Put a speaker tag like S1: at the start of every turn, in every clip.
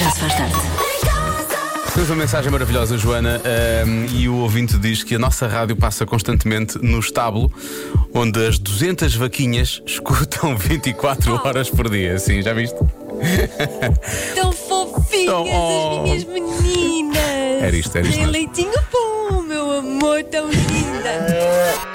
S1: Já se faz tarde.
S2: Temos uma mensagem maravilhosa, Joana, ahm, e o ouvinte diz que a nossa rádio passa constantemente no estábulo, onde as 200 vaquinhas escutam 24 horas por dia. Sim, já viste?
S3: Tão fofinhas
S2: Tão- oh.
S3: as minhas meninas.
S2: Era isto, era isto
S3: Tem
S2: mesmo.
S3: leitinho bom, meu amor, tão linda.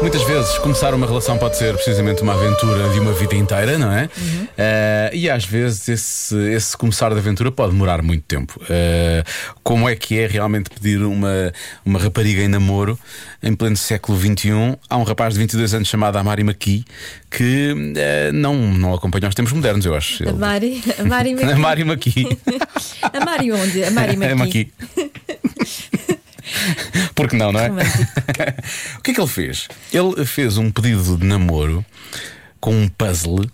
S2: Muitas vezes começar uma relação pode ser precisamente uma aventura de uma vida inteira, não é? Eh, e às vezes esse, esse começar da aventura pode demorar muito tempo. Eh, como é que é realmente pedir uma, uma rapariga em namoro em pleno século XXI? Há um rapaz de 22 anos chamado Amari Maqui que eh, não, não acompanha os tempos modernos, eu acho.
S4: A Mari, a Mari
S2: Ele-
S4: Maqui.
S2: Amari Maqui.
S4: A Mari onde? A Mari
S2: É
S4: Maqui.
S2: Maqui. Porque não, não é?
S4: Romântico.
S2: o que é que ele fez? Ele fez um pedido de namoro com um puzzle.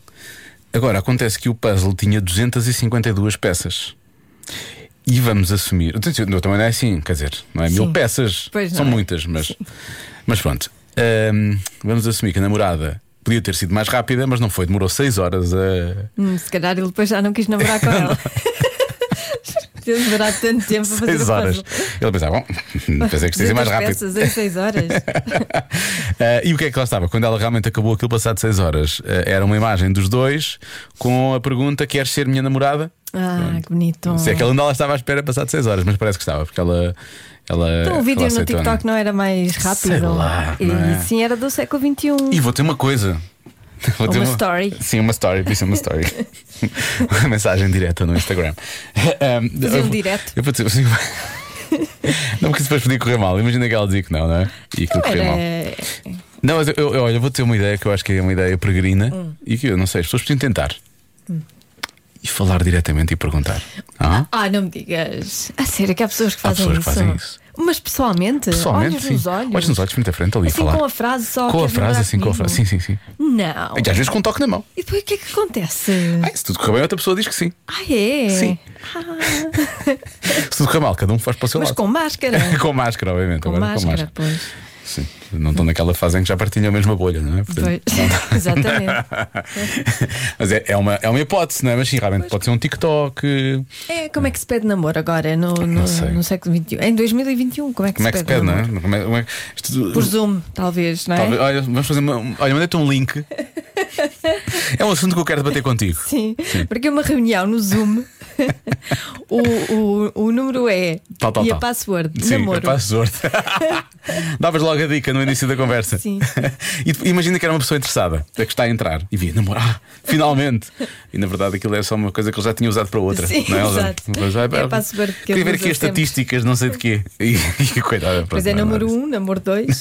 S2: Agora, acontece que o puzzle tinha 252 peças. E vamos assumir. Atenção, Não, também não é assim, quer dizer, não é mil peças.
S4: Pois não
S2: São
S4: é.
S2: muitas, mas, mas pronto. Ahm, vamos assumir que a namorada podia ter sido mais rápida, mas não foi. Demorou 6 horas a,
S4: Hum, se calhar ele depois já não quis namorar com ela. Deu demorar tanto tempo a fazer
S2: 6
S4: o
S2: horas.
S4: puzzle.
S2: Ele pensava, bom, pensei que isto ia ser mais
S4: 200
S2: rápido.
S4: peças em 6 horas.
S2: Ah, e o que é que lá estava? Quando ela realmente acabou aquilo passado 6 horas, ah, era uma imagem dos dois com a pergunta: Queres ser minha namorada?
S4: Ah, que bonito.
S2: Se é que ela ainda lá estava à espera passado 6 horas, mas parece que estava, porque ela. ela
S4: Então, o vídeo
S2: ela
S4: no
S2: aceitou,
S4: TikTok
S2: não é?
S4: não era mais rápido.
S2: Sei lá,
S4: E-
S2: não é?
S4: Sim, era do século XXI.
S2: é? E vou ter uma coisa. Vou
S4: Uma story.
S2: Sim, uma story, por isso é uma story. uma mensagem direta no Instagram. Um,
S4: Fazer um
S2: eu-
S4: direto.
S2: Eu vou dizer assim. Não, porque depois podia correr mal. Imagina que ela dizia que não, não é? E aquilo
S4: Não
S2: corria mal.
S4: Então era.
S2: Não, mas eu, eu- olha, eu vou ter uma ideia que eu acho que é uma ideia peregrina
S4: Hum.
S2: e que eu não sei, as pessoas podiam tentar e falar diretamente e perguntar. Ah?
S4: Ah, não me digas. A sério, que há pessoas que
S2: Há
S4: fazem,
S2: pessoas que
S4: isso.
S2: fazem isso.
S4: Mas pessoalmente,
S2: Pessoalmente,
S4: olhos
S2: sim.
S4: nos olhos.
S2: Olhos nos olhos, muito à frente ali a
S4: Assim
S2: falar.
S4: com a frase só.
S2: Com a
S4: "Queres
S2: frase,
S4: namorar
S2: assim, com a
S4: comigo?"
S2: frase. Sim, sim, sim.
S4: Não.
S2: E às vezes com um toque na mão.
S4: E depois o que é que acontece?
S2: Ai, se tudo correr bem, outra pessoa diz que sim.
S4: Ah, é? Ah,
S2: Sim. Se tudo correr mal, cada um faz para o seu
S4: Mas
S2: lado.
S4: com máscara.
S2: Com máscara, obviamente.
S4: com
S2: agora com
S4: máscara,
S2: máscara.
S4: pois.
S2: Sim. Não estão naquela fase em que já partilham a mesma bolha, não é? Portanto,
S4: Pois. Exatamente.
S2: Mas é, é uma, é uma hipótese, não é? Mas sim, realmente pode ser um TikTok.
S4: É, como é que se pede namoro agora, no, no,
S2: Não sei.
S4: no século XXI? Em 2021, como é que
S2: Como
S4: se
S2: é que se
S4: pede?
S2: pede, não é?
S4: namoro?
S2: Como é- como é- isto-
S4: Por Zoom, talvez, não é?
S2: Talvez- olha, vamos fazer uma. Olha, mandei-te um link. é um assunto que eu quero debater contigo.
S4: Sim, porque é uma reunião no Zoom. o, o, o número é
S2: Tal, tal,
S4: e
S2: tal.
S4: a password,
S2: Sim,
S4: namoro.
S2: capaz de sorte. Davas logo a dica no início da conversa.
S4: Sim.
S2: E tu- imagina que era uma pessoa interessada, é que está a entrar e via namorar, finalmente. E na verdade aquilo é só uma coisa que ele já tinha usado para outra.
S4: Sim,
S2: não é? Ele já-
S4: exato.
S2: Ele já-
S4: É a password que
S2: Queria
S4: ele
S2: ver
S4: usa
S2: aqui as
S4: sempre.
S2: estatísticas, não sei de quê. E, e coitada. pronto,
S4: Pois é,
S2: não nada
S4: número
S2: disso.
S4: 1, um, namoro um. 2,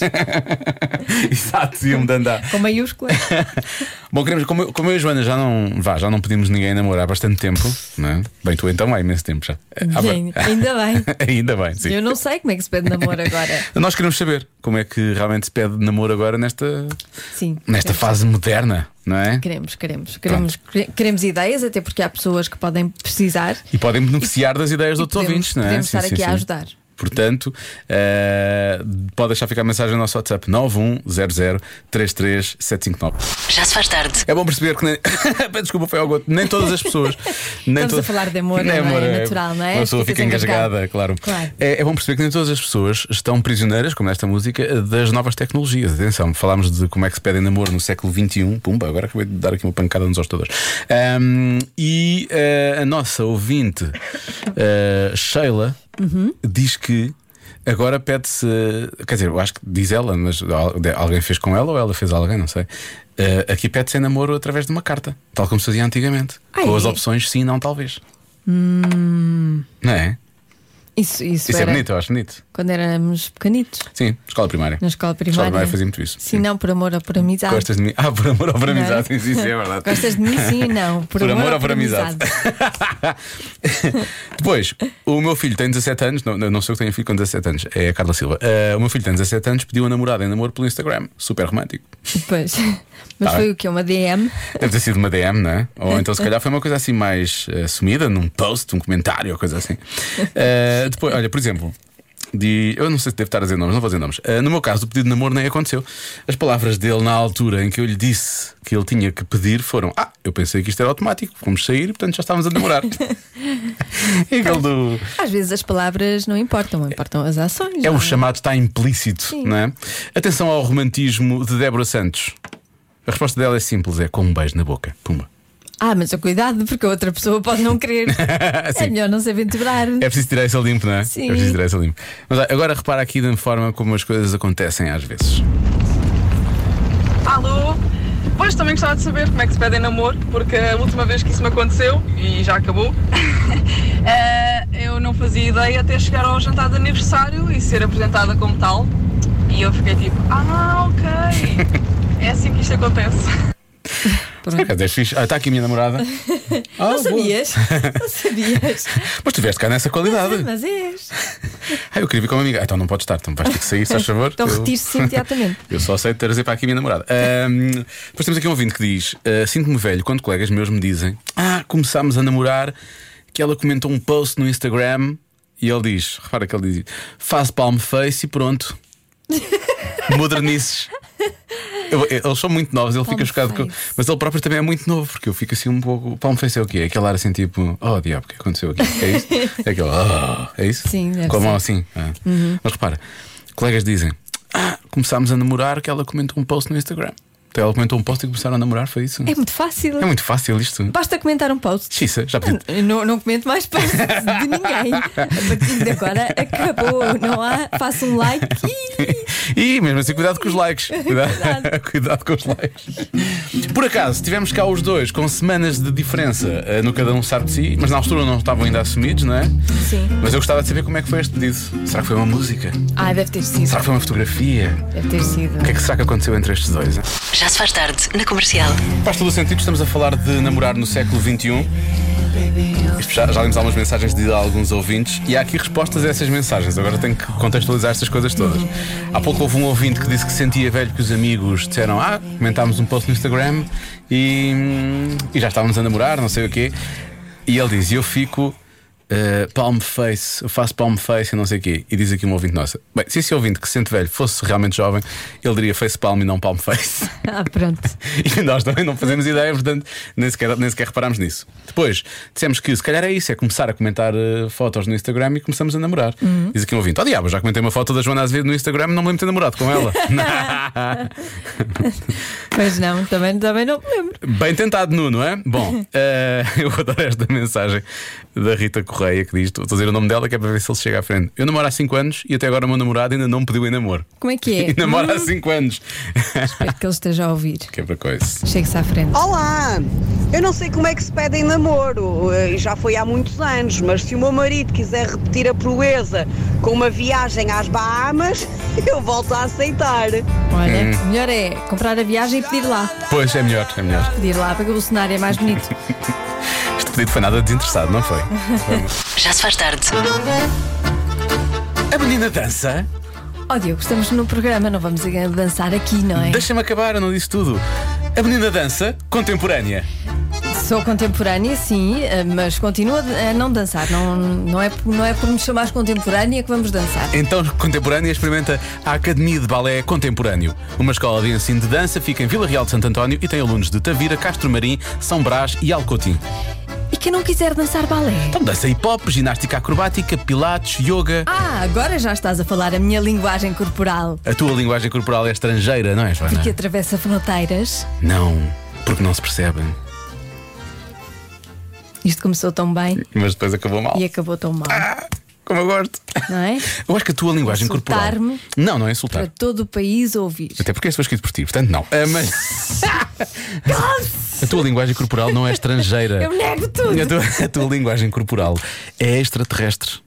S2: Exato, ia mudando a-
S4: com maiúscula.
S2: Bom, queremos, como, eu- como eu e a Joana já não, vá, já não pedimos ninguém a namorar há bastante tempo, não é? Bem, tu então há imenso tempo já. Há ba-
S4: Bem, ainda bem.
S2: Ainda bem, sim.
S4: Eu não sei como é que se pede namoro agora.
S2: Nós queremos saber como é que realmente se pede namoro agora nesta,
S4: Sim.
S2: nesta fase moderna, não é?
S4: Queremos, queremos, queremos, quere- queremos ideias, até porque há pessoas que podem precisar.
S2: E podem beneficiar das ideias dos outros
S4: podemos-
S2: ouvintes, não é?
S4: podemos
S2: Sim,
S4: estar
S2: sim,
S4: aqui a
S2: sim.
S4: ajudar.
S2: Portanto, eh, pode deixar ficar a mensagem no nosso WhatsApp 910033759.
S1: Já se faz tarde.
S2: É bom perceber que nem. Peço Desculpa, foi ao goto. Nem todas as pessoas. nem
S4: Estamos a falar de amor, não é? Natural, não é?
S2: Uma pessoa
S4: Ficas
S2: fica engasgada,
S4: engasgado.
S2: claro.
S4: Claro.
S2: É, é bom perceber que nem todas as pessoas estão prisioneiras, como nesta música, das novas tecnologias. Atenção, falámos de como é que se pedem namoro no século XXI. Pumba, agora acabei de dar aqui uma pancada nos hostadores. Ahm, e eh, a nossa ouvinte, eh, Sheila,
S4: Uhum.
S2: diz que. Agora pede-se, quer dizer, eu acho que diz ela, mas al- de- alguém fez com ela ou ela fez a alguém, não sei. Eh, aqui pede-se em namoro através de uma carta, tal como se fazia antigamente.
S4: Ah,
S2: com as
S4: é? Hum.
S2: opções sim, não, talvez. Não é?
S4: Isso, isso,
S2: Isso
S4: era
S2: é bonito, eu acho bonito.
S4: quando éramos pequenitos,
S2: Sim, escola primária.
S4: na escola
S2: Escola primária
S4: primária.
S2: fazia muito isso.
S4: Sim, não por amor ou por amizade.
S2: é Gostas de mim? Ah, por amor ou por
S4: Não é?
S2: amizade, sim, sim, sim, é verdade.
S4: Gostas de mim, sim, não. Por,
S2: Por amor ou por amizade? Depois, o meu filho tem 17 anos, não, não não sou eu que tenho filho com 17 anos, é a Carla Silva. Eh, o meu filho tem 17 anos, pediu a namorada em namoro pelo Instagram. Super romântico.
S4: Pois. Mas
S2: Tá.
S4: foi o que? Uma DM?
S2: Deve ter sido uma DM, não é? Ou então, se calhar, foi uma coisa assim um mais assumida, num post, num comentário, ou coisa assim. Eh, depois, olha, Eh, por exemplo, Di- eu não sei se devo estar a dizer nomes, não vou dizer nomes. Ah, no meu caso, o pedido de namoro nem aconteceu. As palavras dele na altura em que eu lhe disse que ele tinha que pedir foram: Ah, eu pensei que isto era automático, vamos sair, portanto já estávamos a namorar. é aquele do.
S4: Às vezes as palavras não importam, importam as ações.
S2: É
S4: não
S2: o chamado está implícito, não é? Atenção ao romantismo de Débora Santos. A resposta dela é simples: é com um beijo na boca. Pumba.
S4: Ah, mas cuidado, porque a outra pessoa pode não querer.
S2: Sim.
S4: é melhor não se aventurar.
S2: É preciso tirar isso a limpo, não é?
S4: Sim.
S2: É preciso tirar isso a limpo. Mas ah, agora repara aqui da forma como as coisas acontecem às vezes.
S1: Alô? Pois também gostava de saber como é que se pedem namoro, porque a última vez que isso me aconteceu, e já acabou, eh, eu não fazia ideia até chegar ao jantar de aniversário e ser apresentada como tal. E eu fiquei tipo, ah, ok, é assim que isto acontece.
S2: Cadê? Fixe? Ah, está aqui a minha namorada. Ah, boa.
S4: Não sabias? Não sabias?
S2: Mas tiveste cá nessa qualidade.
S4: Mas é. és.
S2: Ah, eu queria vir com uma amiga. Ah, então não pode estar, então vais ter que sair, se faz favor.
S4: Então
S2: Eu-
S4: retire-se imediatamente.
S2: Eu só aceito trazer para aqui a minha namorada. Ahm, depois temos aqui um ouvinte que diz: ah, Sinto-me velho quando colegas meus me dizem: Ah, começámos a namorar, que ela comentou um post no Instagram e ele diz: Repara que ele diz, faz palm face e pronto. Modernices. Eu- eu- Eles são muito novos, ele fica
S4: Palm
S2: chocado com.
S4: face.
S2: Mas ele próprio também é muito novo, porque eu fico assim um pouco. Palm face é o quê? É aquele ar assim tipo: Oh diabo, o que aconteceu aqui? É isso? É aquele. "Ah", é isso?
S4: Sim, deve
S2: Com a mão
S4: ser. Uhum.
S2: assim. ah. Mas repara, colegas dizem: ah, começámos a namorar, que ela comentou um post no Instagram. Então ela comentou um post e começaram a namorar, foi isso?
S4: É muito fácil.
S2: É muito fácil isto.
S4: Basta comentar um post.
S2: Xissa, já pedi.
S4: Eu Não, não comento mais posts de ninguém. A partir de agora acabou. Tipo, Não há. Faço um like e.
S2: E mesmo assim, cuidado com os likes. Cuidado,
S4: Cuidado.
S2: cuidado com os likes. Por acaso, tivemos cá os dois com semanas de diferença eh, no Cada Um Sabe de Si, mas na altura não estavam ainda assumidos, não é?
S4: Sim.
S2: Mas eu gostava de saber como é que foi este pedido. Será que foi uma música?
S4: Ah, deve ter sido.
S2: Será que foi uma fotografia?
S4: Deve ter sido.
S2: O que é que será que aconteceu entre estes dois? hein?
S5: Já se faz tarde na comercial.
S2: Faz todo o sentido, estamos a falar de namorar no século XXI. Isto Já, já lemos algumas mensagens de alguns ouvintes e há aqui respostas a essas mensagens. Agora tenho que contextualizar estas coisas todas. Há pouco houve um ouvinte que disse que sentia velho que os amigos disseram: Ah, comentámos um post no Instagram e, hum, e já estávamos a namorar, não sei o quê. E ele diz: Eu fico. eh, palm face, eu faço palm face e não sei o quê. E diz aqui um ouvinte nossa: Bem, se esse ouvinte que se sente velho fosse realmente jovem, ele diria face palm e não palm face.
S4: Ah, pronto.
S2: E nós também não fazemos ideia, portanto, nem sequer, nem sequer reparámos nisso. Depois, dissemos que se calhar é isso, é começar a comentar eh, fotos no Instagram e começamos a namorar.
S4: Uhum.
S2: Diz aqui um ouvinte: Oh diabo, já comentei uma foto da Joana Azevedo no Instagram e não me lembro de ter namorado com ela.
S4: Mas não, também, também não me lembro.
S2: Bem tentado, Nuno, não é? Bom, eh, eu adoro esta mensagem da Rita Correia que diz: Estou a dizer o nome dela que é para ver se ele chega à frente. Eu namoro há 5 anos e até agora o meu namorado ainda não me pediu em namoro.
S4: Como é que
S2: E
S4: é?
S2: namora há 5 anos.
S4: Espero que ele esteja a ouvir.
S2: que é para coisa.
S4: Chegue-se à frente.
S6: Olá! Eu não sei como é que se pedem namoro, eh, já foi há muitos anos, mas se o meu marido quiser repetir a proeza com uma viagem às Bahamas, eu volto a aceitar.
S4: Olha, o melhor é comprar a viagem e pedir lá.
S2: Pois, é melhor, é melhor.
S4: Pedir lá, porque o cenário é mais bonito.
S2: Este pedido foi nada desinteressado, não foi?
S5: Já se faz tarde.
S2: A menina dança?
S4: Ó Diogo, estamos no programa, não vamos dançar aqui, não é?
S2: Deixa-me acabar, eu não disse tudo. A menina dança contemporânea.
S4: Sou contemporânea, sim, eh, mas continuo a a não dançar. Não, não, é, por- não é por me chamares contemporânea que vamos dançar.
S2: Então, contemporânea experimenta a Academia de Balé Contemporâneo. Uma escola de ensino de dança fica em Vila Real de Santo António e tem alunos de Tavira, Castro Marim, São Brás e Alcotim.
S4: E quem não quiser dançar balé?
S2: Então, dança hip hop, ginástica acrobática, pilates, yoga.
S4: Ah, agora já estás a falar a minha linguagem corporal.
S2: A tua linguagem corporal é estrangeira, não é, Joana?
S4: Que atravessa fronteiras.
S2: Não, porque não se percebe.
S4: Isto começou tão bem
S2: Mas depois acabou mal.
S4: e acabou tão mal,
S2: Como eu gosto.
S4: não é?
S2: Eu acho que a tua linguagem corporal.
S4: Insultar-me?
S2: Não, não é insultar.
S4: Para todo o país ouvir.
S2: Até porque este foi escrito por ti, portanto não. Ah, mas. a tua linguagem corporal não é estrangeira.
S4: Eu nego tudo.
S2: A tua, a tua linguagem corporal é extraterrestre.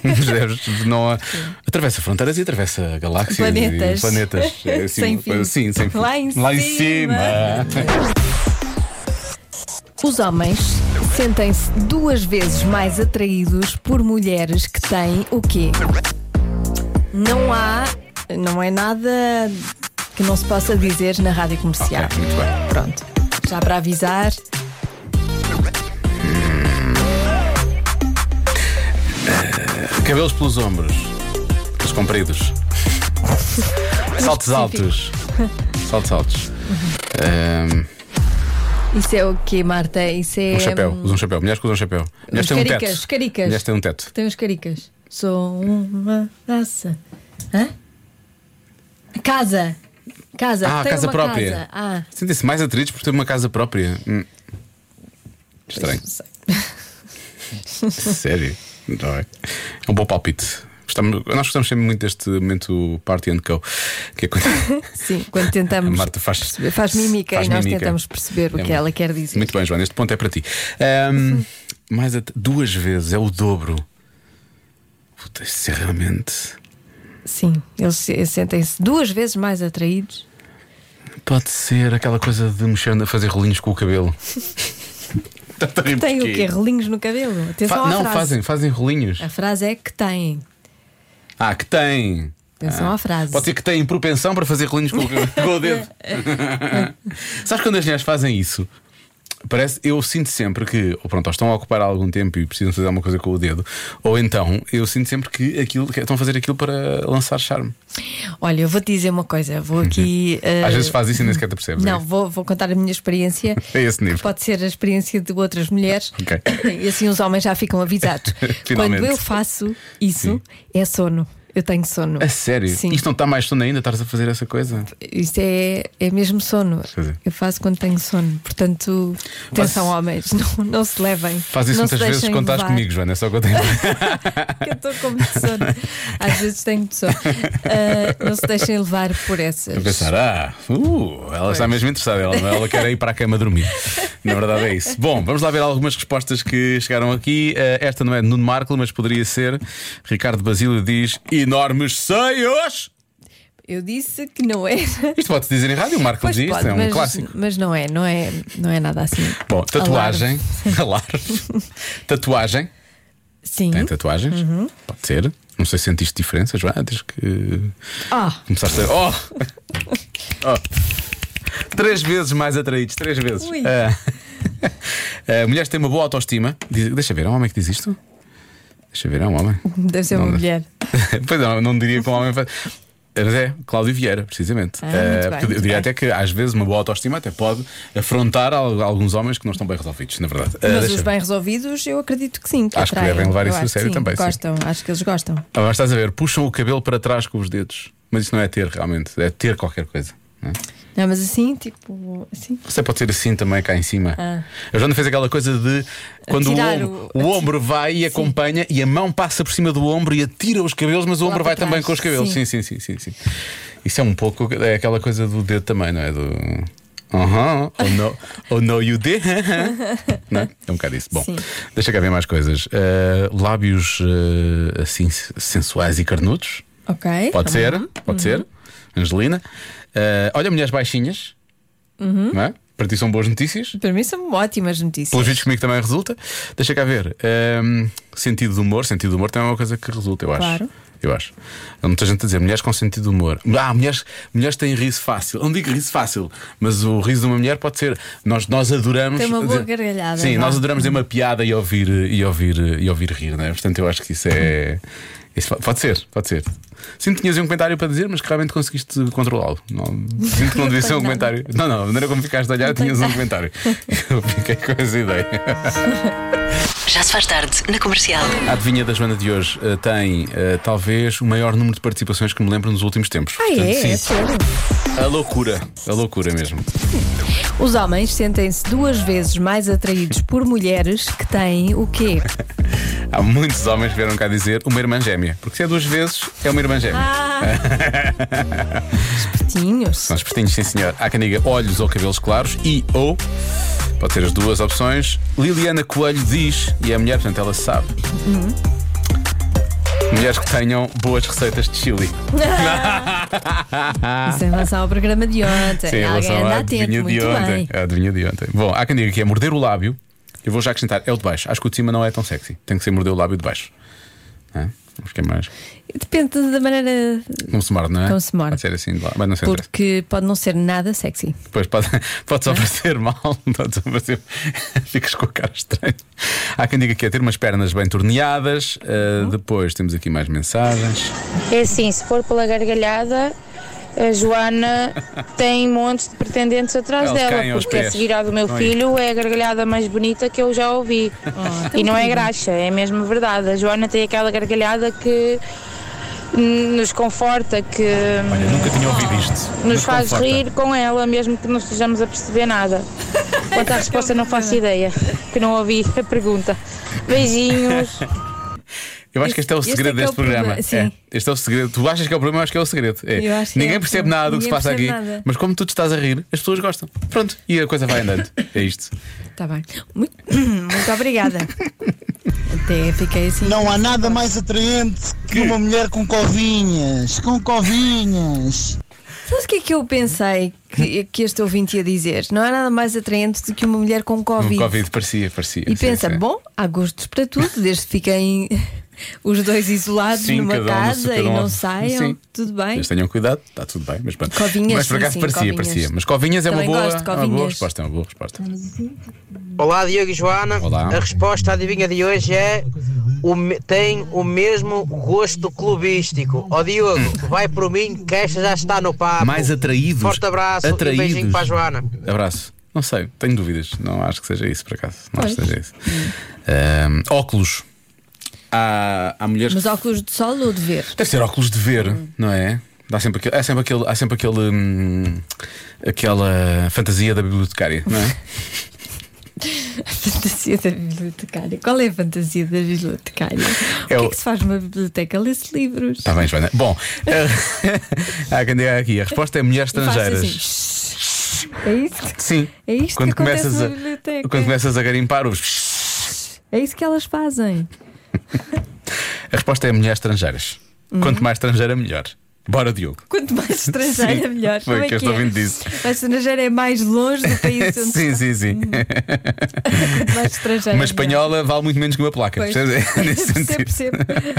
S2: Percebes? não há- Atravessa fronteiras e atravessa galáxias.
S4: Planetas.
S2: E planetas. É assim,
S4: Sem
S2: uma coisa-
S4: fim.
S2: Sim, sem fim.
S4: Lá em
S2: cima.
S4: Os homens sentem-se duas vezes mais atraídos por mulheres que têm o quê? Não há, não é nada que não se possa dizer na rádio
S2: Ok,
S4: comercial.
S2: muito bem.
S4: Pronto, já para avisar,
S2: Cabelos pelos ombros. saltos compridos. saltos altos. Saltos altos.
S4: Uhum.
S2: Ahm,
S4: Isso é o quê, Marta? Isso é.
S2: um chapéu,
S4: hum,
S2: usa um chapéu. Mulheres que usam chapéu. Mulheres têm um
S4: caricas,
S2: teto.
S4: caricas.
S2: Mulheres têm um teto.
S4: Tem os caricas. Sou uma raça. Hã? Casa. Casa.
S2: Ah,
S4: Tem
S2: casa
S4: uma
S2: própria.
S4: Casa. Ah,
S2: Sentem-se mais atritos por ter uma casa própria. Hum. Estranho.
S4: não sei.
S2: Sério? Não é? É um bom palpite. Gostamos- nós gostamos sempre muito deste momento Party and Co. Que é quando
S4: Sim, quando
S2: a
S4: tentamos.
S2: Marta faz,
S4: perceber- Faz mímica
S2: faz
S4: e nós
S2: mímica.
S4: tentamos perceber o
S2: É
S4: que
S2: um-
S4: ela quer dizer.
S2: Muito bem, Joana, este ponto é para ti. Ahm, mais at- duas vezes, é o dobro. Puta, isso é realmente.
S4: Sim, eles se- sentem-se duas vezes mais atraídos.
S2: Pode ser aquela coisa de mexendo a fazer rolinhos com o cabelo. Tá, Estás a rir
S4: Têm o
S2: porquê?
S4: quê? Relinhos no cabelo? Atenção
S2: Fa-
S4: à
S2: não,
S4: frase.
S2: fazem, fazem rolinhos.
S4: A frase é que têm.
S2: Ah, que tem.
S4: Atenção à frase.
S2: Pode ser que têm propensão para fazer rolinhos com, o- com o dedo. Sabes quando as mulheres fazem isso? Parece, eu sinto sempre que, ou pronto, ou estão a ocupar algum tempo e precisam fazer alguma coisa com o dedo, ou então eu sinto sempre que, aquilo, que estão a fazer aquilo para lançar charme.
S4: Olha, eu vou te dizer uma coisa. Vou aqui. eh,
S2: Uhum. Às vezes faz isso e nem sequer te percebes.
S4: Não,
S2: é?
S4: vou, vou contar a minha experiência.
S2: É esse nível.
S4: Pode ser a experiência de outras mulheres.
S2: Ok.
S4: E assim os homens já ficam avisados.
S2: Finalmente.
S4: Quando eu faço isso,
S2: Sim.
S4: é sono. Eu tenho sono.
S2: A sério?
S4: Sim.
S2: Isto não está mais sono ainda, estás a fazer essa coisa?
S4: Isto é, é mesmo sono.
S2: dizer.
S4: Eu faço quando tenho sono. Portanto, atenção, homens, não, não se levem.
S2: Faz isso
S4: não se
S2: muitas vezes
S4: deixem
S2: quando estás
S4: levar,
S2: comigo, Joana, é só que eu tenho.
S4: que eu estou com muito sono. Às vezes tenho muito sono. Ah, não se deixem levar por essas.
S2: A pensar, ah, uh, ela está mesmo interessada, ela, ela quer ir para a cama dormir. Na verdade é isso. Bom, vamos lá ver algumas respostas que chegaram aqui. Eh, esta não é de Nuno Marco, mas poderia ser. Ricardo Basílio diz: enormes seios!
S4: Eu disse que não era.
S2: Isto pode-se dizer em rádio, o Marco
S4: Pois
S2: diz isto,
S4: pode,
S2: é um
S4: mas,
S2: clássico.
S4: Mas não é, não é, não é nada assim.
S2: Bom, tatuagem. Alarve. tatuagem.
S4: Sim.
S2: Tem tatuagens?
S4: Uhum.
S2: Pode ser. Não sei se sentiste diferença, Joana, tens que.
S4: Ah,
S2: Começaste a. Oh! oh! Três vezes mais atraídos, três vezes.
S4: Ui.
S2: Ah. Ah, mulheres têm uma boa autoestima. Diz- deixa ver, é um homem que diz isto? Deixa ver, é um homem.
S4: deve ser uma
S2: Não, Ah,
S4: mulher.
S2: pois não, não diria que um homem faz. Mas é Cláudio Vieira, precisamente.
S4: Ah, muito
S2: Ah,
S4: bem,
S2: porque eu
S4: muito
S2: diria
S4: bem.
S2: até que às vezes uma boa autoestima até pode afrontar al- alguns homens que não estão bem resolvidos, na verdade. Ah,
S4: Mas
S2: deixa
S4: os
S2: ver.
S4: bem resolvidos, eu acredito que sim. Que
S2: Acho que
S4: atraem.
S2: devem levar
S4: Eu
S2: isso a
S4: acho que
S2: sério
S4: sim,
S2: também, sim.
S4: Gostam, acho que eles gostam.
S2: Ah, mas estás a ver, puxam o cabelo para trás com os dedos. Mas isso não é ter realmente, é ter qualquer coisa. não é?
S4: Não, mas assim, tipo, assim.
S2: Você pode ser assim também cá em cima. A Joana fez aquela coisa de quando o
S4: Ah. Atirar
S2: ombro,
S4: o-
S2: o ombro vai e acompanha e a mão passa por cima do ombro e atira os cabelos, mas o
S4: Lá
S2: ombro
S4: para
S2: vai também
S4: trás,
S2: com os cabelos. Sim.
S4: sim.
S2: Sim, sim, sim, sim. Isso é um pouco é aquela coisa do dedo também, não é? Do. Aham, ou no, ou no you did. não é? É um bocado isso. Bom,
S4: Sim.
S2: deixa cá ver mais coisas. Ah, lábios ah, assim sensuais e carnudos.
S4: Ok.
S2: Pode ser,
S4: Uhum.
S2: pode ser. Angelina. Eh, olha, mulheres baixinhas.
S4: Uhum.
S2: Não é? Para ti são boas notícias.
S4: Para mim são ótimas notícias.
S2: Pelos vídeos comigo também resulta. Deixa cá ver. Ehm, sentido de humor. Sentido de humor também é uma coisa que resulta, eu acho.
S4: Claro.
S2: Eu acho. Há muita gente a dizer mulheres com sentido de humor. Ah, mulheres, mulheres têm riso fácil. Não digo riso fácil, mas o riso de uma mulher pode ser. Nós, nós adoramos.
S4: Tem uma boa gargalhada, é?
S2: Sim,
S4: vá.
S2: nós adoramos dizer uma piada e ouvir, e ouvir, e ouvir rir, não é? Portanto, eu acho que isso é. Isso po- pode ser, pode ser. Sinto que tinhas aí um comentário para dizer, mas que realmente conseguiste controlá-lo. Não- Sinto que não devia ser um
S4: tenho nada.
S2: comentário. Não, não, a maneira como ficaste a olhar, tinhas um comentário. Eu fiquei com essa ideia.
S5: Já se faz tarde na comercial.
S2: A adivinha da Joana de hoje eh, tem eh, talvez o maior número de participações que me lembro nos últimos tempos.
S4: Ah,
S2: Portanto,
S4: é?
S2: sim.
S4: é sério.
S2: A loucura, a loucura mesmo.
S4: Os homens sentem-se duas vezes mais atraídos por mulheres que têm o quê?
S2: Há muitos homens que vieram cá dizer uma irmã gêmea. Porque se é duas vezes, é uma irmã gêmea.
S4: Ah. Tinhos.
S2: São espertinhos, sim senhor. Há quem diga olhos ou cabelos claros e ou, pode ser as duas opções. Liliana Coelho diz, e é mulher, portanto ela sabe.
S4: Uhum.
S2: Mulheres que tenham boas receitas de chili.
S4: Isso é em relação ao programa de ontem.
S2: Sim, em
S4: Alguém
S2: relação
S4: anda
S2: à
S4: atento,
S2: adivinha de
S4: muito
S2: ontem.
S4: bem.
S2: A adivinha de ontem. Bom, há quem diga que é morder o lábio. Eu vou já acrescentar, é o de baixo. Acho que o de cima não é tão sexy. Tem que ser morder o lábio de baixo. Hã? Acho que é mais.
S4: Depende da maneira.
S2: Não se morde, não é?
S4: Como se morde.
S2: Pode ser assim de lá. Mas não sei.
S4: Porque pode não ser nada sexy. é?
S2: Depois pode, pode só parecer mal, pode só parecer. Ficas com a cara estranha. Há quem diga que é ter umas pernas bem torneadas.
S4: Uhum.
S2: Uh, depois temos aqui mais mensagens.
S7: É assim, se for pela gargalhada, a Joana tem montes de pretendentes atrás
S2: Ela
S7: dela,
S2: cai aos
S7: porque
S2: pés.
S7: a seguir à do meu
S2: Não é?
S7: filho é a gargalhada mais bonita que eu já ouvi. e não é graxa, é mesmo verdade. A Joana tem aquela gargalhada que hum, nos conforta, que hum,
S8: Olha, nunca tinha ouvido isto.
S7: nos faz
S8: conforta.
S7: rir com ela, mesmo que não estejamos a perceber nada. Quanto à resposta, não faço ideia, que não ouvi a pergunta. Beijinhos.
S2: Eu acho que este é o
S4: Este- este
S2: segredo
S4: é que é
S2: deste
S4: o
S2: programa.
S4: problema, sim.
S2: É, este é o segredo. Tu achas que é o problema, eu acho que é o segredo. É.
S4: Eu acho que
S2: ninguém
S4: é,
S2: percebe
S4: sim.
S2: nada do que se
S4: Ninguém
S2: passa aqui,
S4: percebe nada.
S2: mas como tu te estás a rir, as pessoas gostam. Pronto, e a coisa vai andando. É isto.
S4: Está Tá bem. Muito, muito obrigada. Até fiquei assim.
S9: Não há nada mais atraente que uma mulher com covinhas. Com covinhas.
S4: Sabes o que é que eu pensei que, que este ouvinte ia dizer? Não é nada mais atraente do que uma mulher com Covid.
S2: O Covid parecia, parecia.
S4: E
S2: sim,
S4: pensa,
S2: sim.
S4: bom, há gostos para tudo, desde que fiquem os dois isolados
S2: Sim,
S4: numa
S2: cada um no seu-
S4: casa e
S2: cada um-
S4: não saiam,
S2: Sim. é
S4: tudo bem.
S2: Mas tenham cuidado, está tudo bem. Mas pronto.
S4: Covinhas,
S2: mas por
S4: sim,
S2: acaso
S4: sim,
S2: parecia,
S4: covinhas.
S2: parecia. Mas covinhas é uma
S4: Também
S2: boa,
S4: gosto de
S2: é uma boa
S4: covinhas.
S2: resposta. É uma boa resposta.
S10: Olá, Diogo e Joana.
S2: Olá.
S10: A resposta à adivinha de hoje é: o me- tem o mesmo gosto clubístico. Ó Diogo, vai por mim, que esta já está no papo.
S2: Hum. Mais atraídos.
S10: Forte abraço
S2: atraídos.
S10: e um beijinho para a Joana.
S2: Abraço. Não sei, tenho dúvidas. Não acho que seja isso, por acaso. Não acho que
S4: Pois.
S2: seja isso. Ahm, óculos. Há, há mulheres.
S4: Mas Hum.
S2: que-
S4: óculos de sol ou de ver?
S2: Deve ser óculos de ver, não é? Dá sempre aquele, há sempre aquele, há sempre aquele hum, aquela fantasia da bibliotecária, não é?
S4: Fantasia da bibliotecária. Qual é a fantasia da bibliotecária? o que
S2: É o-
S4: é que se faz numa biblioteca? Lê-se livros.
S2: Está Tá bem, Joana. Bom, ah, há quem diga aqui, a resposta é mulheres
S4: E faz
S2: estrangeiras.
S4: assim, "Shh, shh, shh". É isso, que-
S2: Sim.
S4: é isto
S2: Quando
S4: que acontece
S2: começas,
S4: na
S2: a,
S4: biblioteca.
S2: quando começas a garimpar os.
S4: É isso que elas fazem.
S2: A resposta é mulheres estrangeiras.
S4: Uhum.
S2: Quanto mais estrangeira, melhor. Bora, Diogo.
S4: Quanto mais estrangeira,
S2: Sim,
S4: melhor.
S2: foi
S4: Como é
S2: que eu
S4: é?
S2: estou ouvindo disso.
S4: Mais estrangeira é mais longe do país onde
S2: Sim, sim, sim.
S4: está. mais estrangeira.
S2: Uma
S4: melhor.
S2: espanhola vale muito menos que uma placa.
S4: Pois.
S2: Percebes? É nesse
S4: Percebo,
S2: sentido.
S4: percebo.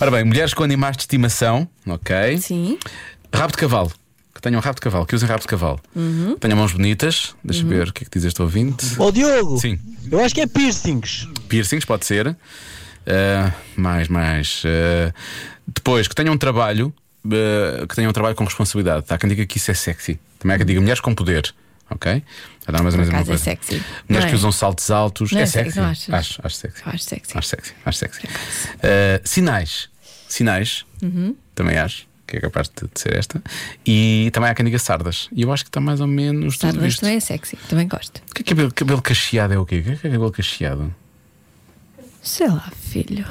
S2: Ora bem, mulheres com animais de estimação, ok.
S4: Sim.
S2: Rabo de cavalo. Que tenham rabo de cavalo, que usem rabo de cavalo.
S4: Uhum.
S2: Tenham mãos bonitas. Deixa eu ver o que é que diz este ouvinte.
S9: Ó Diogo,
S2: Sim.
S9: eu acho que é piercings.
S2: Piercings, pode ser. Ah, mais, mais. ah, depois, que tenham um trabalho. ah, que tenham um trabalho com responsabilidade. Há quem diga que isso é sexy. Também há quem diga mulheres com poder. Ok? Vai dar mais ou menos a mesma
S4: acaso é
S2: coisa.
S4: sexy.
S2: Mulheres
S4: Não
S2: que
S4: é?
S2: usam saltos altos.
S4: Não
S2: é
S4: é sexy,
S2: sexy.
S4: não achas?
S2: Acho, acho sexy.
S4: Eu acho sexy.
S2: Acho sexy. Acho sexy. Ah, sinais. Sinais.
S4: Uhum.
S2: Também acho. Que é capaz de, de ser esta. E também há quem diga sardas. E eu acho que está mais ou menos tudo
S4: Sardas
S2: isto.
S4: também é sexy. Também gosto.
S2: O que é cabelo, cabelo cacheado é o quê? O que é cabelo cacheado?
S4: Sei lá, filho.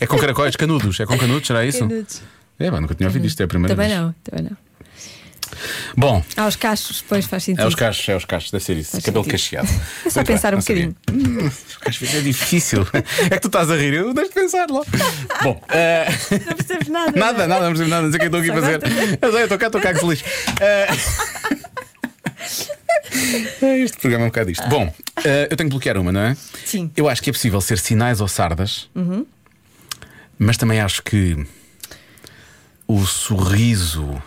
S2: É com caracóis canudos, é com canudos, será isso?
S4: Canudos.
S2: É, bem, nunca tinha ouvido isto, é a primeira
S4: Também
S2: vez.
S4: não, também não.
S2: Bom,
S4: Ah, os cachos, depois faz sentido.
S2: é os cachos, é os cachos, deve ser isso.
S4: Faz
S2: cabelo
S4: sentido.
S2: cacheado.
S4: É só
S2: Muito
S4: pensar
S2: bem,
S4: um
S2: não sabia. Hum, os cachos é difícil. É que tu estás a rir, eu deixo de pensar logo. Bom, eh,
S4: Não percebes nada.
S2: nada, nada, não percebo nada, não sei o que eu estou aqui a
S4: Só
S2: fazer. Eu sei, eu estou cá, estou cá, que feliz. Eh, é, Este programa é um bocado disto. Bom, eh, eu tenho que bloquear uma, não é?
S4: Sim.
S2: Eu acho que é possível ser sinais ou sardas, mas também acho que o sorriso.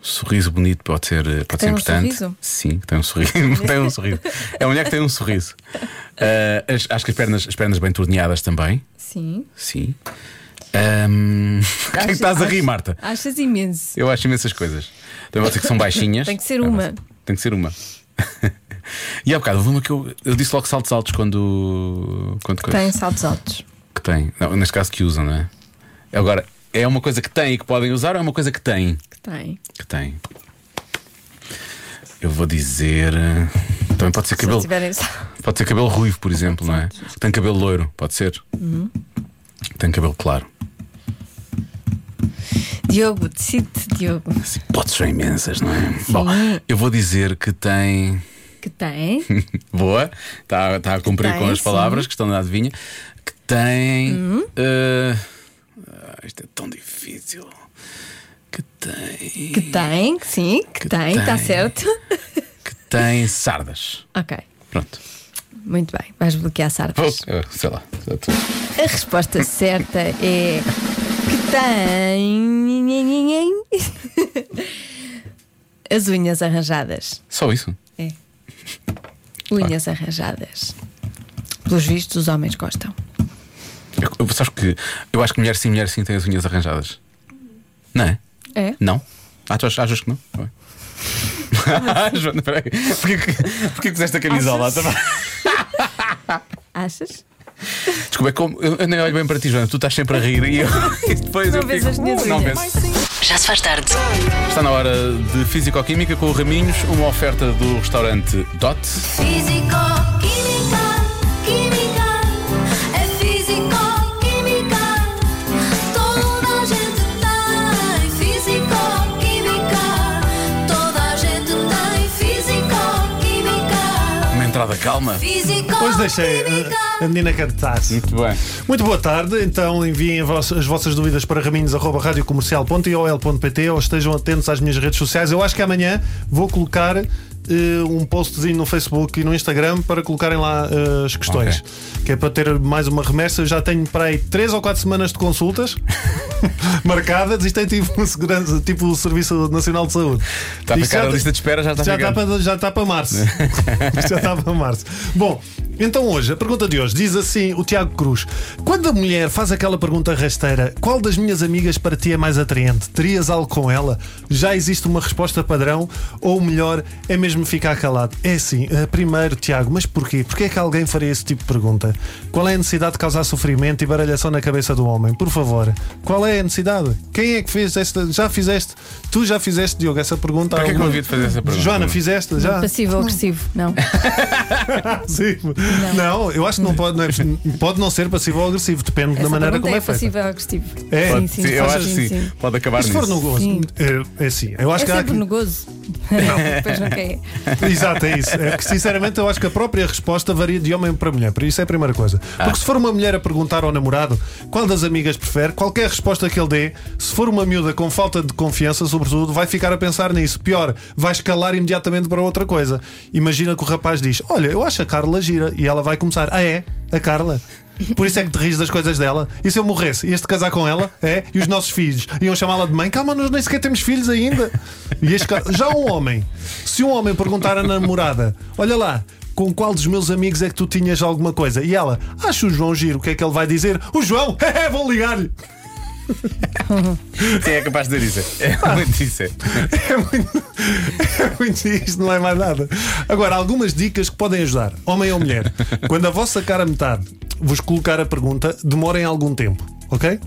S2: Sorriso bonito pode ser, pode ser
S4: tem um
S2: importante.
S4: sorriso?
S2: Sim, tem um sorriso. tem um sorriso. É uma mulher que tem um sorriso. Ah, as- acho que as pernas, as pernas bem torneadas também.
S4: Sim.
S2: Sim. Ahm, o que é que estás a rir, Marta?
S4: Achas imenso.
S2: Eu acho imensas coisas. Também pode ser que são baixinhas.
S4: Tem que ser uma.
S2: Tem que ser uma. e há bocado, houve uma que eu, eu disse logo saltos altos quando. quando coisa.
S4: Tem saltos altos.
S2: Que tem. Não, neste caso que usam, não é? Agora, é uma coisa que têm e que podem usar ou é uma coisa que têm?
S4: Que tem.
S2: Que têm. Eu vou dizer. eh, Também pode ser
S4: Se não
S2: cabelo.
S4: tiverem sal-
S2: Pode ser cabelo ruivo, por exemplo, não é? Que tem cabelo loiro, pode ser.
S4: Uhum.
S2: Que tem cabelo claro.
S4: Diogo, decide, Diogo.
S2: As hipóteses são imensas, não é? Bom, eu vou dizer que tem.
S4: Que tem.
S2: Boa, está tá a cumprir
S4: Tem,
S2: com as
S4: sim. Hum?
S2: palavras que estão na adivinha. Que tem. eh, ah, isto é tão difícil. Que tem.
S4: Que tem, que sim, que,
S2: Que
S4: tem, está
S2: tem.
S4: certo.
S2: Que tem sardas.
S4: ok,
S2: Pronto.
S4: muito bem, vais bloquear
S2: Vou-
S4: sardas.
S2: eh, Sei lá.
S4: A resposta certa é que tem as unhas arranjadas.
S2: Só isso.
S4: Unhas arranjadas. Pelos vistos, os homens gostam.
S2: Eu, eu- sabes que eu acho que mulher sim, mulher sim tem as unhas arranjadas. Não é?
S4: É?
S2: Não? Achas, achas que não? Tá bem. Ah, Joana, peraí. Porquê, que- porquê que puseste a camisola? Tá bem.
S4: Achas?
S2: Desculpa, é como, eu, eu nem olho bem para ti, Joana. Tu estás sempre a rir e, eu, e depois
S4: Não
S2: eu
S4: vês
S2: fico,
S4: as minhas
S2: "Uh, não
S4: unhas."
S2: penso.
S5: Já se faz tarde.
S2: Está na hora de Físico-Química com o Raminhos, uma oferta do restaurante Dot.
S3: Físico, química, química, é físico, química. Toda a gente tem físico, química. Toda a gente tem físico, química.
S2: Uma entrada calma.
S3: Físico,
S4: É
S8: Hoje deixei
S3: química.
S8: a, a menina cantar.
S2: Muito bem.
S8: Muito boa tarde, então enviem a vos- as vossas dúvidas para raminhos.radiocomercial.iol.pt ou estejam atentos às minhas redes sociais. Eu acho que amanhã vou colocar eh, um postzinho no Facebook e no Instagram para colocarem lá eh, as questões. Que é para ter mais uma remessa. Eu já tenho para aí 3 ou 4 semanas de consultas marcadas. Isto é tipo, segurança, tipo o Serviço Nacional de Saúde.
S2: Está a
S8: Isto
S2: ficar
S8: já
S2: a
S8: tá-
S2: lista de espera, já está a
S8: já
S2: ficar.
S8: está para, já está para março. já está para março. Bom, então hoje, a pergunta de hoje diz assim: o Tiago Cruz, quando a mulher faz aquela pergunta rasteira, qual das minhas amigas para ti é mais atraente? Terias algo com ela? Já existe uma resposta padrão? Ou o melhor é mesmo ficar calado? É assim, eh, primeiro, Tiago, mas porquê? Porquê é que alguém faria esse tipo de pergunta? Qual é a necessidade de causar sofrimento e baralhação na cabeça do homem? Por favor, qual é a necessidade? Quem é que fez esta? Já fizeste? Tu já fizeste, Diogo, essa pergunta?
S2: Para que é que eu
S8: alguma-
S2: havia de fazer essa pergunta?
S8: Joana, fizeste já?
S4: é Passivo agressivo, não.
S8: Passivo. Não, eu acho que não pode, não é- pode não ser passivo ou agressivo, depende da
S4: Essa
S8: maneira como
S4: pergunta
S8: é,
S4: é
S8: feita.
S4: passivo ou agressivo.
S8: É.
S2: Pode,
S4: Sim, sim,
S2: sim, eu
S4: faz
S2: acho que sim.
S4: sentido, sim.
S2: Pode acabar
S8: E se for
S2: nisso.
S8: no gozo,
S4: Sim.
S8: é, é assim. Eu acho
S4: É
S8: que há
S4: sempre
S8: aqui-
S4: no gozo. Depois não quer.
S8: Exato, é isso. É que, sinceramente, eu acho que a própria resposta varia de homem para mulher. Por isso é a primeira coisa. Porque se for uma mulher a perguntar ao namorado qual das amigas prefere, qualquer resposta que ele dê, se for uma miúda com falta de confiança, sobretudo, vai ficar a pensar nisso. Pior, vai escalar imediatamente para outra coisa. Imagina que o rapaz diz: Olha, eu acho a Carla gira. E ela vai começar: Ah, é? A Carla? Por isso é que te rires das coisas dela. E se eu morresse, ias-te casar com ela? É? E os nossos filhos? Iam chamá-la de mãe? Calma, nós nem sequer temos filhos ainda. E este ca- Já um homem, se um homem perguntar à namorada: Olha lá, com qual dos meus amigos é que tu tinhas alguma coisa? E ela: Acho o João giro, o que é que ele vai dizer? O João, é, vou ligar-lhe.
S2: Quem é capaz de dizer isso?
S8: Tá.
S2: É muito isso. é.
S8: É muito, é muito isto, não é mais nada. Agora, algumas dicas que podem ajudar, homem ou mulher. Quando a vossa cara metade vos colocar a pergunta, demorem algum tempo, ok?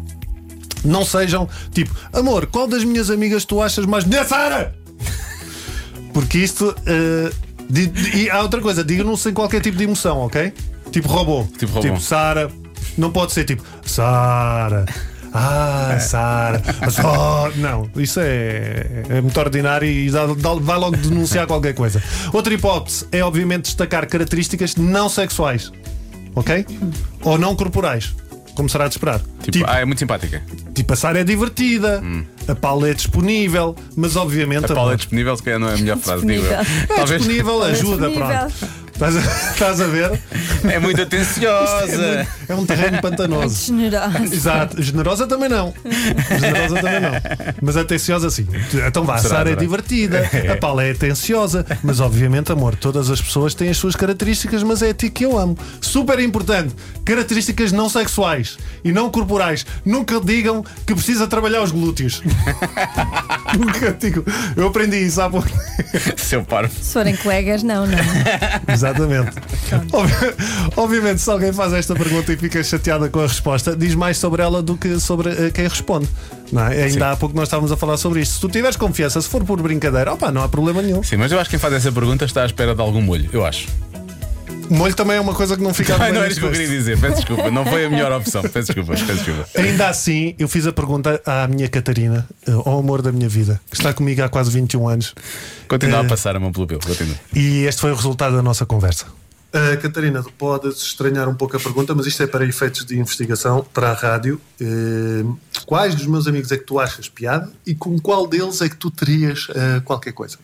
S8: Não sejam tipo, amor, qual das minhas amigas tu achas mais. Minha Sara! Porque isto. eh, di- di- e há outra coisa, digam-no sem qualquer tipo de emoção, ok? Tipo robô.
S2: Tipo robô.
S8: Sara. Não pode ser tipo Sara. Ah, Sara. Só- Não, isso é, é muito ordinário e dá- dá- vai logo denunciar qualquer coisa. Outra hipótese é, obviamente, destacar características não sexuais, ok? Ou não corporais, como será de esperar.
S2: Tipo, ah, é muito simpática.
S8: Tipo, a Sara é divertida, a Paula é disponível, mas obviamente.
S2: Hum. A Paula é
S8: amor,
S2: disponível, se calhar não é a melhor frase, digo eu.
S4: Disponível.
S8: Tá é disponível, ajuda,
S4: disponível.
S8: pronto. Estás a, estás a ver?
S2: É muito atenciosa.
S8: É um terreno pantanoso.
S4: Generosa.
S8: Exato, generosa também não. Generosa também não. Mas atenciosa sim. Então vá, a
S2: Será,
S8: Sara é
S2: será?
S8: divertida, a Paula é atenciosa, mas obviamente, amor, todas as pessoas têm as suas características, mas é a ti que eu amo. Super importante, características não sexuais e não corporais. Nunca digam que precisa trabalhar os glúteos. Nunca digo. Eu aprendi isso há pouco.
S2: Seu parvo.
S4: Se forem colegas, não, não.
S8: Exatamente. Obvi- Obviamente, se alguém faz esta pergunta e fica chateada com a resposta, diz mais sobre ela do que sobre eh, quem responde. Não é? Ainda
S2: Sim.
S8: há pouco nós estávamos a falar sobre isto. Se tu tiveres confiança, se for por brincadeira, opa, não há problema nenhum.
S2: Sim, mas eu acho que quem faz essa pergunta está à espera de algum molho, eu acho.
S8: O molho também é uma coisa que não fica
S2: Ai,
S8: bem
S2: não era
S8: nas
S2: isso que eu queria
S8: costas.
S2: dizer, peço desculpa. Não foi a melhor opção. Peço desculpa, peço desculpa.
S8: Ainda assim, eu fiz a pergunta à minha Catarina, eh, ao amor da minha vida, que está comigo há quase 21 anos,
S2: Continua a
S8: Eh,
S2: passar a mão pelo pelo, continua.
S8: e este foi o resultado da nossa conversa. Catarina, podes estranhar um pouco a pergunta, mas isto é para efeitos de investigação para a rádio. Eh, quais dos meus amigos é que tu achas piada e com qual deles é que tu terias qualquer coisa?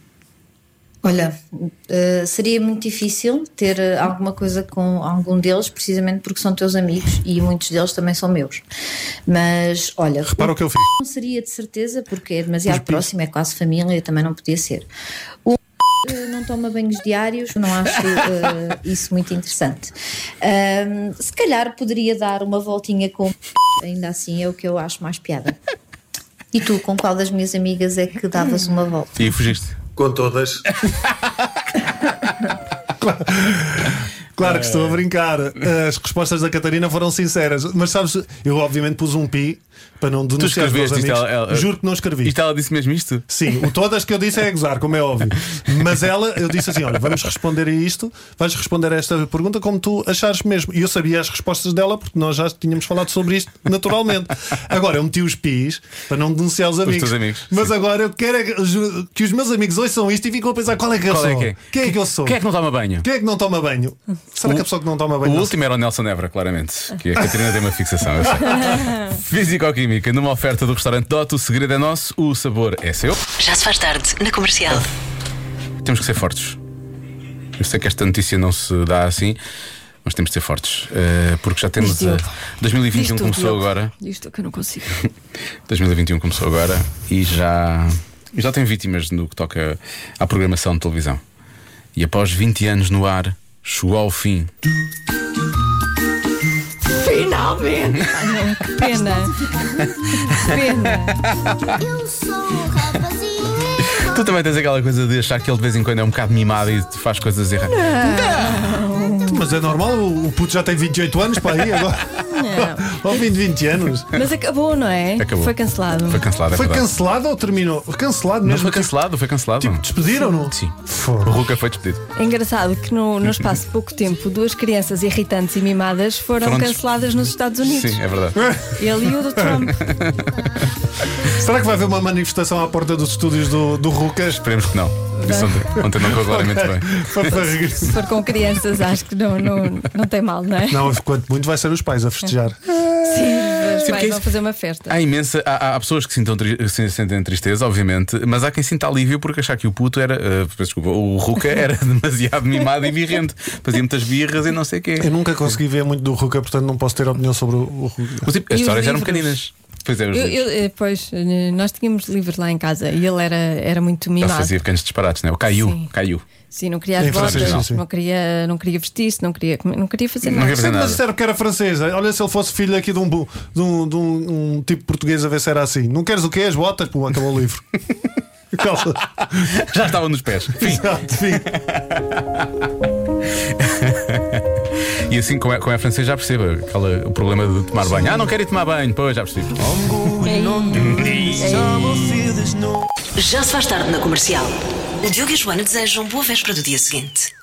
S11: Olha, eh, seria muito difícil ter eh, alguma coisa com algum deles, precisamente porque são teus amigos e muitos deles também são meus. Mas olha,
S8: Repara o que eu fiz.
S11: não seria de certeza, porque é demasiado próximo, é quase família, também não podia ser. O eh, não toma banhos diários, não acho eh, isso muito interessante. Ahm, se calhar poderia dar uma voltinha com. Ainda assim é o que eu acho mais piada. E tu, com qual das minhas amigas é que davas uma volta?
S2: E fugiste.
S12: Com todas.
S8: Claro que estou a brincar. As respostas da Catarina foram sinceras. Mas sabes, eu obviamente pus um pi para não
S2: Tu
S8: denunciar os meus
S2: escreveste isto?
S8: amigos.
S2: Ela, ela-
S8: Juro que não escrevi.
S2: Isto é ela disse mesmo isto?
S8: Sim, o todas que eu disse é a gozar, como é óbvio. Mas ela, eu disse assim: olha, vamos responder a isto, vais responder a esta pergunta como tu achares mesmo. E eu sabia as respostas dela porque nós já tínhamos falado sobre isto naturalmente. Agora eu meti os pis para não denunciar os amigos.
S2: teus amigos,
S8: Mas agora eu quero é que os- que os meus amigos ouçam isto e ficam a pensar: qual é que eu
S2: Qual é
S8: sou?
S2: que é?
S8: Quem é que eu sou?
S2: Quem é que não toma banho?
S8: Quem é que não toma banho? Será que
S2: O-
S8: a pessoa que não toma
S2: O
S8: banho não
S2: último era o Nelson Evra, claramente. Que a Catarina tem uma fixação, eu sei. Físico-química, numa oferta do restaurante Dot, o segredo é nosso, o sabor é seu.
S5: Já se faz tarde na comercial.
S2: Temos que ser fortes. Eu sei que esta notícia não se dá assim, mas temos de ser fortes. eh, porque já temos.
S4: Diz
S2: eh,
S4: Diogo. Diz
S2: 2021
S4: tu,
S2: começou
S4: Diogo.
S2: agora.
S4: Diz tu que eu não consigo.
S2: 2021 começou agora e já, e já tem vítimas no que toca à programação de televisão. E após 20 anos no ar, chegou ao fim.
S4: Finalmente! Ai, não, que pena! Que pena!
S13: Eu sou um rapazinho.
S2: Tu também tens aquela coisa de achar que ele de vez em quando é um bocado mimado e te faz coisas erradas.
S8: Mas é normal, o o puto já tem 28 anos para aí agora. Ao fim de 20 anos.
S4: Mas acabou, não é?
S8: Acabou.
S4: Foi cancelado.
S2: Foi cancelado, é
S8: Foi
S2: verdade.
S8: cancelado ou terminou? Cancelado
S2: Não
S8: mesmo.
S2: foi cancelado, foi cancelado. Tipo,
S8: despediram, não?
S2: Sim. O Ruca foi despedido.
S4: É engraçado que no, no espaço de pouco tempo duas crianças irritantes e mimadas foram
S2: Foram des-
S4: canceladas nos Estados Unidos.
S2: Sim, é verdade.
S4: Ele e o do Trump.
S8: Será que vai haver uma manifestação à porta dos estúdios do, do Rucas?
S2: Esperemos que não. Isso ontem, ontem não correu claramente
S8: Ok.
S2: bem.
S8: Foi para regressar.
S4: Se for com crianças, acho que não, não, não tem mal, não é?
S8: Não, quanto muito vai ser os pais a festejar.
S4: Sim, os
S2: Sim, porque
S4: pais
S2: é
S4: vão
S2: isso-
S4: fazer uma festa.
S2: Há imensa. Há, há- há pessoas que sintam tri- se sentem tristeza, obviamente, mas há quem sinta alívio porque achar que o puto era. eh, peço desculpa, o Ruca era demasiado mimado e birrento. Fazia muitas birras e não sei o quê.
S8: Eu nunca consegui ver muito do Ruca, portanto não posso ter opinião sobre o, o Ruca.
S2: Os-
S4: E
S2: tipo, As
S4: os
S2: histórias eram
S4: livros?
S2: pequeninas. Pois é,
S4: Eu,
S2: os livros.
S4: eu, eh, pois, eh, nós tínhamos livros lá em casa e ele era, era muito
S2: Já se
S4: mimado.
S2: fazia pequenos disparates, não é? O caiu, caiu.
S4: Sim, não queria
S2: Em
S4: as
S2: francês,
S4: botas,
S2: não, sim.
S4: não queria, não queria vestir-se, não queria, não queria fazer nada.
S8: Mas isso era porque era francesa. Olha, se ele fosse filho aqui de um, bu- de um, de um- um tipo português, a ver se era assim. Não queres o quê? As botas? Pô, acabou o livro. Calma.
S2: Já estavam nos pés. Fim. E assim, como é, como é francês, já percebo aquela- o problema de tomar banho. Ah, não quero ir tomar banho. Pois, já percebo.
S5: Já se faz tarde na comercial. O Diogo e a Joana desejam boa véspera do dia seguinte.